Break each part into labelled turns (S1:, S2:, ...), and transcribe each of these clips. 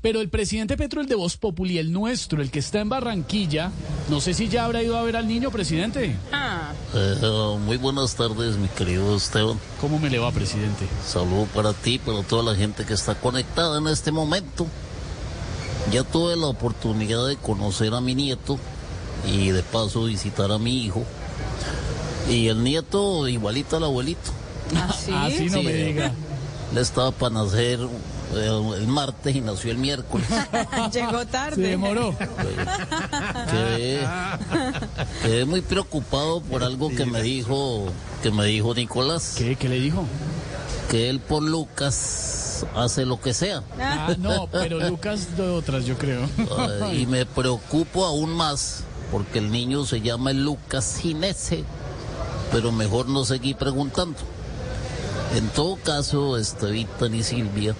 S1: Pero el presidente Petro, el de Voz Populi, el nuestro, el que está en Barranquilla, no sé si ya habrá ido a ver al niño, presidente.
S2: Ah,
S3: Eh, muy buenas tardes, mi querido Esteban.
S1: ¿Cómo me le va, presidente?
S3: Salud para ti, para toda la gente que está conectada en este momento. Ya tuve la oportunidad de conocer a mi nieto y de paso visitar a mi hijo. Y el nieto igualito al abuelito.
S1: Así Ah, no
S3: Sí,
S1: me
S3: eh,
S1: diga.
S3: Él estaba para nacer eh, el martes y nació el miércoles.
S2: Llegó tarde.
S1: Se demoró.
S3: Quedé, quedé muy preocupado por algo que me dijo, que me dijo Nicolás.
S1: ¿Qué? ¿Qué le dijo?
S3: que él por Lucas hace lo que sea.
S1: Ah, no, pero Lucas de otras, yo creo.
S3: Eh, y me preocupo aún más porque el niño se llama Lucas Ginese, pero mejor no seguir preguntando. En todo caso, Estevita y Silvia,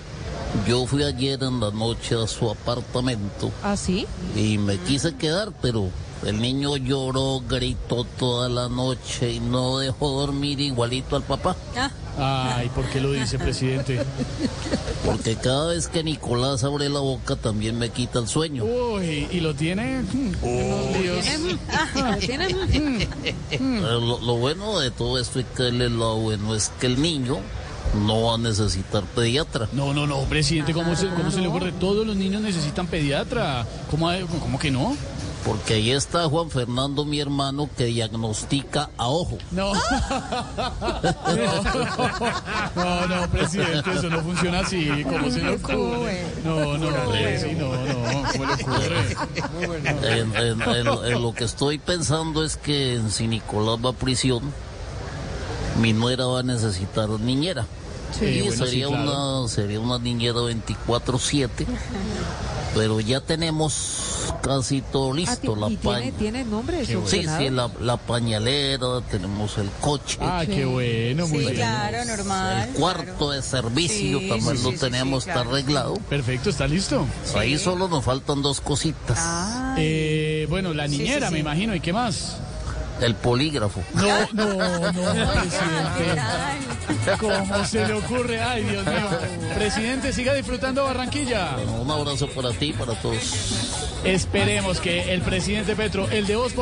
S3: yo fui ayer en la noche a su apartamento
S2: ¿Ah, sí?
S3: y me quise quedar, pero el niño lloró, gritó toda la noche y no dejó dormir igualito al papá.
S1: Ay, ¿por qué lo dice, presidente?
S3: Porque cada vez que Nicolás abre la boca también me quita el sueño.
S1: Uy, y lo tiene. mm, unos líos.
S3: Ah, Eh, Lo, lo bueno de todo esto y que él es lo bueno es que el niño no va a necesitar pediatra.
S1: No, no, no, presidente, ¿cómo, se, cómo se le ocurre? Todos los niños necesitan pediatra. ¿Cómo, hay- cómo que no?
S3: Porque ahí está Juan Fernando, mi hermano, que diagnostica a ojo.
S1: No. No, no, presidente, eso no funciona así. ¿Cómo se le ocurre? No, no, no, sí, no, no, ¿cómo le ocurre?
S3: En, en- en- en lo que estoy pensando es que si Nicolás va a prisión, mi nuera va a necesitar niñera.
S1: Sí, bueno, sí,
S3: sería,
S1: claro.
S3: una, sería una niñera 24-7. Pero ya tenemos casi todo
S1: Ah,
S3: listo. la
S2: ¿Y tiene,
S3: paña-
S2: tiene nombre?
S1: Qué bueno.
S3: Sí,
S2: subvencionado?
S3: sí, la, la pañalera, tenemos el coche.
S1: Ah, qué bueno, muy
S4: Sí,
S1: bien.
S4: claro, normal.
S3: El cuarto de servicio
S4: Sí,
S3: también
S4: sí,
S3: lo
S4: sí, sí,
S3: tenemos,
S4: sí, claro.
S3: está arreglado.
S1: Perfecto, ¿está listo?
S3: Ahí solo nos faltan dos cositas.
S4: Ah.
S1: Eh, bueno, la niñera,
S4: sí,
S1: me
S4: sí.
S1: imagino, ¿y qué más?
S3: El polígrafo.
S1: No, no, no,
S2: Ah,
S1: presidente.
S4: Ay,
S1: ¿Cómo se le ocurre? Ay, Dios mío. Presidente, siga disfrutando Barranquilla.
S4: Ah.
S3: Bueno, un abrazo para ti y para todos.
S1: Esperemos que el presidente Petro, el de Ospo.